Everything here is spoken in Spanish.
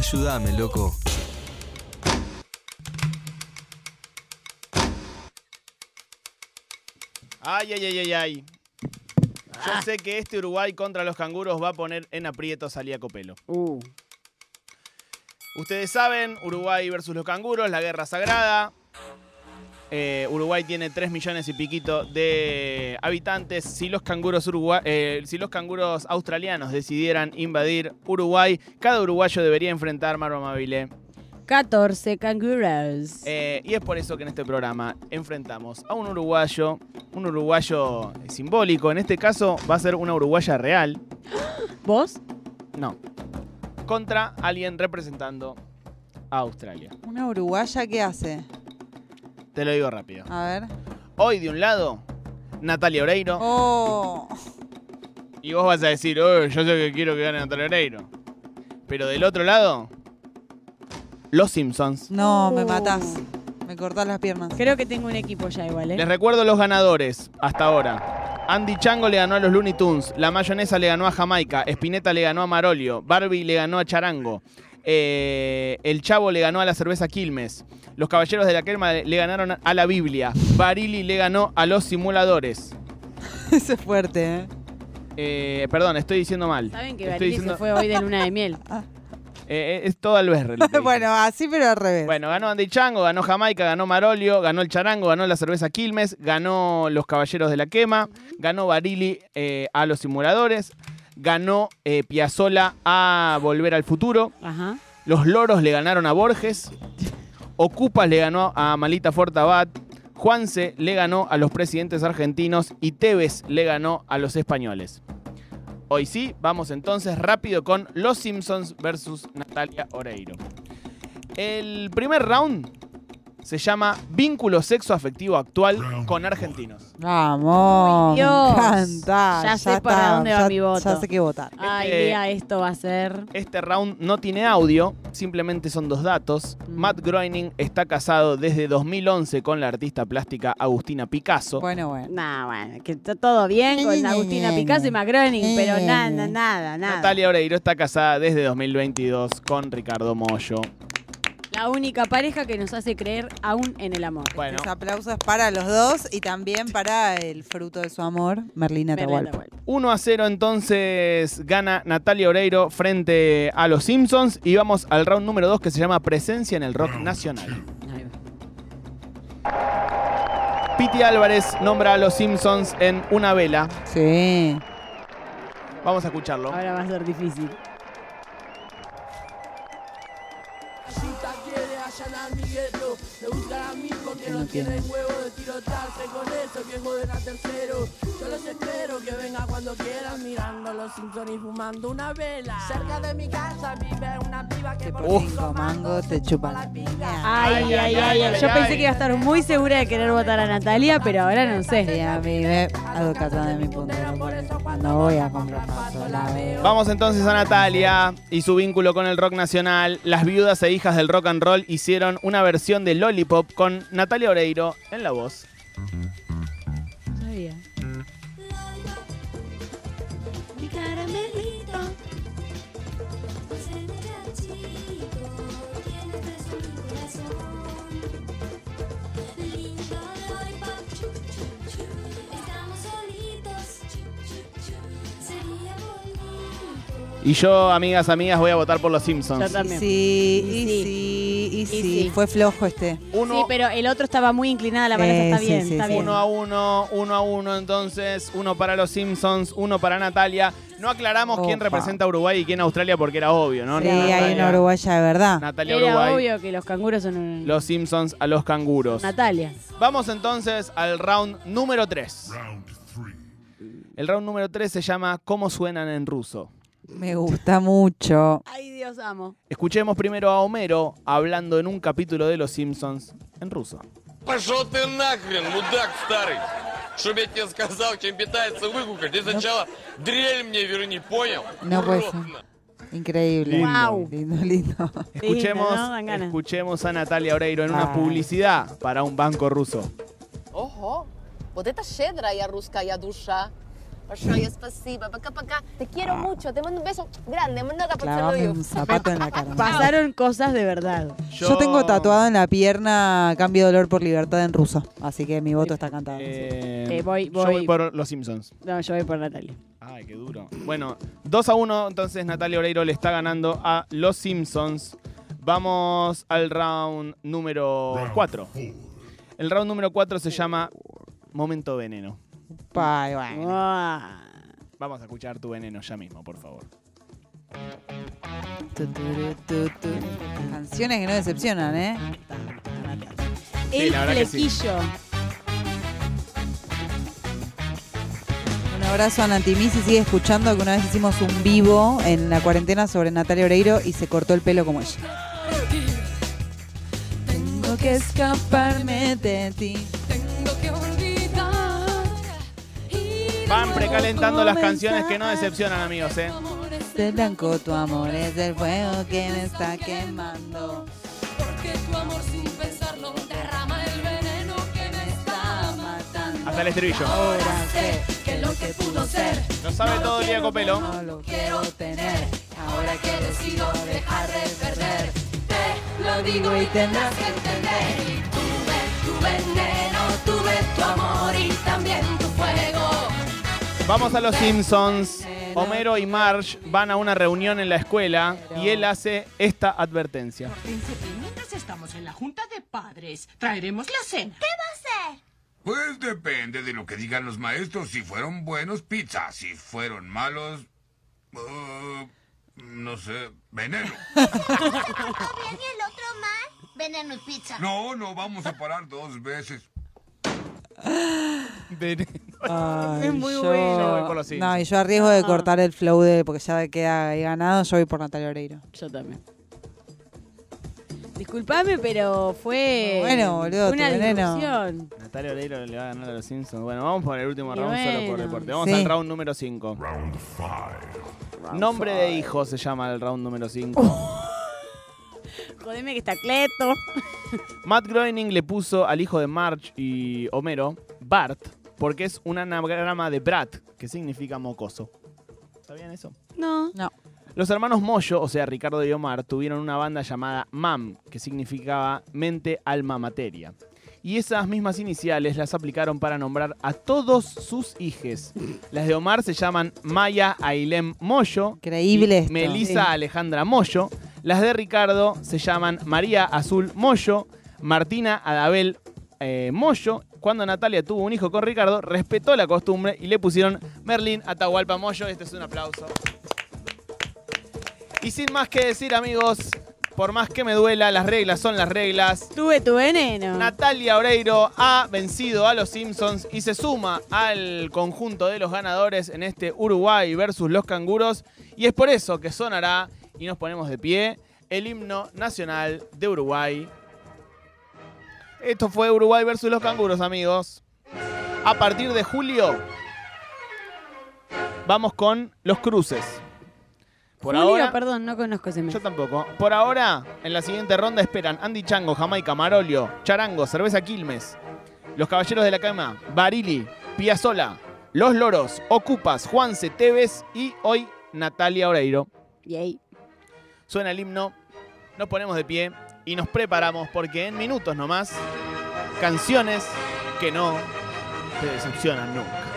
Ayúdame, loco. Ay, ay, ay, ay, ay. Yo sé que este Uruguay contra los canguros va a poner en aprietos a Lía Copelo. Uh, Ustedes saben, Uruguay versus los canguros, la guerra sagrada. Eh, Uruguay tiene 3 millones y piquito de habitantes. Si los, canguros urugua- eh, si los canguros australianos decidieran invadir Uruguay, cada uruguayo debería enfrentar Maro Amabile. 14 canguros. Eh, y es por eso que en este programa enfrentamos a un uruguayo, un uruguayo simbólico. En este caso va a ser una uruguaya real. ¿Vos? No. Contra alguien representando a Australia. ¿Una uruguaya qué hace? Te lo digo rápido. A ver. Hoy de un lado, Natalia Oreiro. Oh, Y vos vas a decir, "Oh, yo sé que quiero que gane Natalia Oreiro. Pero del otro lado, los Simpsons. no, me Uh. matás. Me cortás las piernas. Creo que tengo un equipo ya igual, Les ¿eh? recuerdo los ganadores hasta ahora. Andy Chango le ganó a los Looney Tunes, La Mayonesa le ganó a Jamaica, Spinetta le ganó a Marolio, Barbie le ganó a Charango, eh, El Chavo le ganó a la cerveza Quilmes, Los Caballeros de la Crema le ganaron a la Biblia, Barili le ganó a los simuladores. Eso es fuerte, ¿eh? Eh, perdón, estoy diciendo mal. Saben que Estoy Barili diciendo- se fue hoy de luna de miel. Eh, eh, es todo al vez bueno, así pero al revés. Bueno, ganó Andy Chango, ganó Jamaica, ganó Marolio, ganó el Charango, ganó la cerveza Quilmes, ganó los Caballeros de la Quema, ganó Barili eh, a los simuladores, ganó eh, Piazzola a Volver al Futuro, Ajá. los Loros le ganaron a Borges, Ocupas le ganó a Malita Fortabat, Juanse le ganó a los presidentes argentinos y Tevez le ganó a los españoles. Hoy sí, vamos entonces rápido con Los Simpsons versus Natalia Oreiro. El primer round se llama Vínculo Sexo Afectivo Actual con Argentinos. Vamos. Uy, Dios. Me encanta. Ya sé para está, dónde va ya- mi voto. Ya sé qué votar. Ay, Este- mira, esto va a ser. Este round no tiene audio, simplemente son dos datos. Mm. Matt Groening está casado desde 2011 con la artista plástica Agustina Picasso. Bueno, bueno. Nah, bueno, que está todo bien con Agustina Picasso y Macroning, pero nada, nada, nada. Natalia Oreiro está casada desde 2022 con Ricardo Mollo. La única pareja que nos hace creer aún en el amor. Bueno, Los aplausos para los dos y también para el fruto de su amor, Merlina Merlanda Atahualpa. Huelva. 1 a 0 entonces gana Natalia Oreiro frente a los Simpsons y vamos al round número 2 que se llama Presencia en el Rock Nacional. Ahí va. Piti Álvarez nombra a los Simpsons en una vela. Sí. Vamos a escucharlo. Ahora va a ser difícil. No tiene. Te pones mango, te chupa la piña. Ay, ay, ay, ay. Yo pensé que iba a estar muy segura de querer votar a Natalia, pero ahora no sé. a mí me hago caso de mi puntero, por eso cuando voy a comprar paso la veo. Vamos entonces a Natalia y su vínculo con el rock nacional. Las viudas e hijas del rock and roll hicieron una versión de Lollipop con Natalia Oreiro en la voz. No sabía. Mi caramelito. Será chico, tiene preso mi corazón. Lindo lollipop, chu, chu, chu. Estamos solitos, chu, chu, chu. Sería bonito. Y yo, amigas, amigas, voy a votar por los Yo Simpsons. también. Sí, Sí, Y y sí. sí, y sí. sí. Fue flojo este. Uno, pero el otro estaba muy inclinada, la balanza Eh, está sí, bien, sí, está sí. bien. uno a uno, uno a uno entonces, uno para los Simpsons, uno para Natalia. No aclaramos quién Opa. representa a Uruguay y quién a Australia porque era obvio, ¿no? sí, Natalia- hay una uruguaya de verdad. Natalia Era Uruguay, obvio que los canguros son un- los Simpsons a los canguros. Natalia. Vamos entonces al round número 3. El round número 3 se llama ¿Cómo suenan en ruso? Me gusta mucho. Ay, Dios amo. Escuchemos primero a Homero hablando en un capítulo de Los Simpsons en ruso. Пошел ты нахрен, мудак старый! Чтоб я тебе сказал, чем питается выгука, ты сначала дрель мне верни, понял? No puede ser. Уродина. Increíble. Lindo. Wow. Lindo, lindo. Escuchemos, ¿no? Dan ganas. escuchemos a Natalia Oreiro en una Ah. publicidad para un banco ruso. pues Ого, вот это щедрая русская душа. Большое спасибо. Пока-пока. Te quiero mucho. Te mando un beso grande. Много Clavarme Ah. un поцелуев. zapato en la cara. Pasaron cosas de verdad. Yo tengo tatuado en la pierna cambio dolor por libertad en ruso. Así que mi voto está cantado. Eh, Eh, voy- Yo voy- voy por Los Simpsons. No, yo voy por Natalia. Ay, qué duro. Bueno, 2 a 1, entonces Natalia Oreiro le está ganando a Los Simpsons. Vamos al round número 4. El round número 4 se llama Momento Veneno. Pa, y bueno. Buah. Vamos a escuchar tu veneno ya mismo, por favor. Tu, tu, tu, tu. Canciones que no decepcionan, ¿eh? Sí, El la verdad que sí. flequillo. Un abrazo a Nantimí si sigue escuchando que una vez hicimos un vivo en la cuarentena sobre Natalia Oreiro y se cortó el pelo como ella. Tengo que escaparme de ti. Van precalentando las canciones que no decepcionan, amigos, ¿eh? De blanco tu amor es el fuego que me está quemando. Porque tu amor sin pensarlo derrama el veneno que me está matando. Hasta el estribillo. Ahora sé Que lo que pudo ser, Lo sabe todo el día Copelo. no lo quiero tener. Ahora que decido dejar de perder. te lo digo y tendrás que entender. Y tuve tu veneno, tuve tu amor y también tu fuego. Vamos a los Simpsons. Homero y Marge van a una reunión en la escuela y él hace esta advertencia. Príncipe, mientras estamos en la junta de padres, traeremos la cena. Pues depende de lo que digan los maestros. Si fueron buenos, pizza. Si fueron malos... uh, no sé, veneno. ¿Bien y el otro mal? Veneno y pizza. No, no, vamos a parar dos veces. es muy bueno. Yo voy por los Simpsons. No, y yo arriesgo de cortar el flow de porque ya queda ahí ganado. Yo voy por Natalia Oreiro. Yo también. Disculpame, pero fue Bueno, boludo, una tu veneno. discusión. Natalia Oreiro le va a ganar a los Simpsons. Bueno, vamos por el último Y round solo por bueno, deporte. Vamos sí. al round número 5. Round 5. Nombre de hijo se llama el round número 5. Jodeme que está Cleto. Matt Groening le puso al hijo de Marge y Homero Bart porque es un anagrama de Brat, que significa mocoso. ¿Sabían eso? No. Los hermanos Moyo, o sea, Ricardo y Omar, tuvieron una banda llamada MAM, que significaba mente, alma, materia. Y esas mismas iniciales las aplicaron para nombrar a todos sus hijes. Las de Omar se llaman Maya Ailem Moyo. Increíble y esto. Melissa Alejandra Moyo. Las de Ricardo se llaman María Azul Moyo, Martina Adabel eh, Moyo. Cuando Natalia tuvo un hijo con Ricardo, respetó la costumbre y le pusieron Merlín Atahualpa Moyo. Este es un aplauso. Y sin más que decir, amigos, por más que me duela, las reglas son las reglas. Tuve tu veneno. Natalia Oreiro ha vencido a los Simpsons y se suma al conjunto de los ganadores en este Uruguay versus los canguros. Y es por eso que sonará, y nos ponemos de pie, el himno nacional de Uruguay. Esto fue Uruguay versus los canguros, amigos. A partir de julio, vamos con los cruces. Por Julio, ahora. perdón, no conozco ese mes. Yo tampoco. Por ahora, en la siguiente ronda esperan Andy Chango, Jamaica, Marolio, Charango, Cerveza Quilmes, Los Caballeros de la Cama, Barili, Piazzola, Los Loros, Ocupas, Juanse, Tevez y hoy Natalia Oreiro. Yay. Suena el himno, nos ponemos de pie y nos preparamos porque en minutos nomás, canciones que no te decepcionan nunca.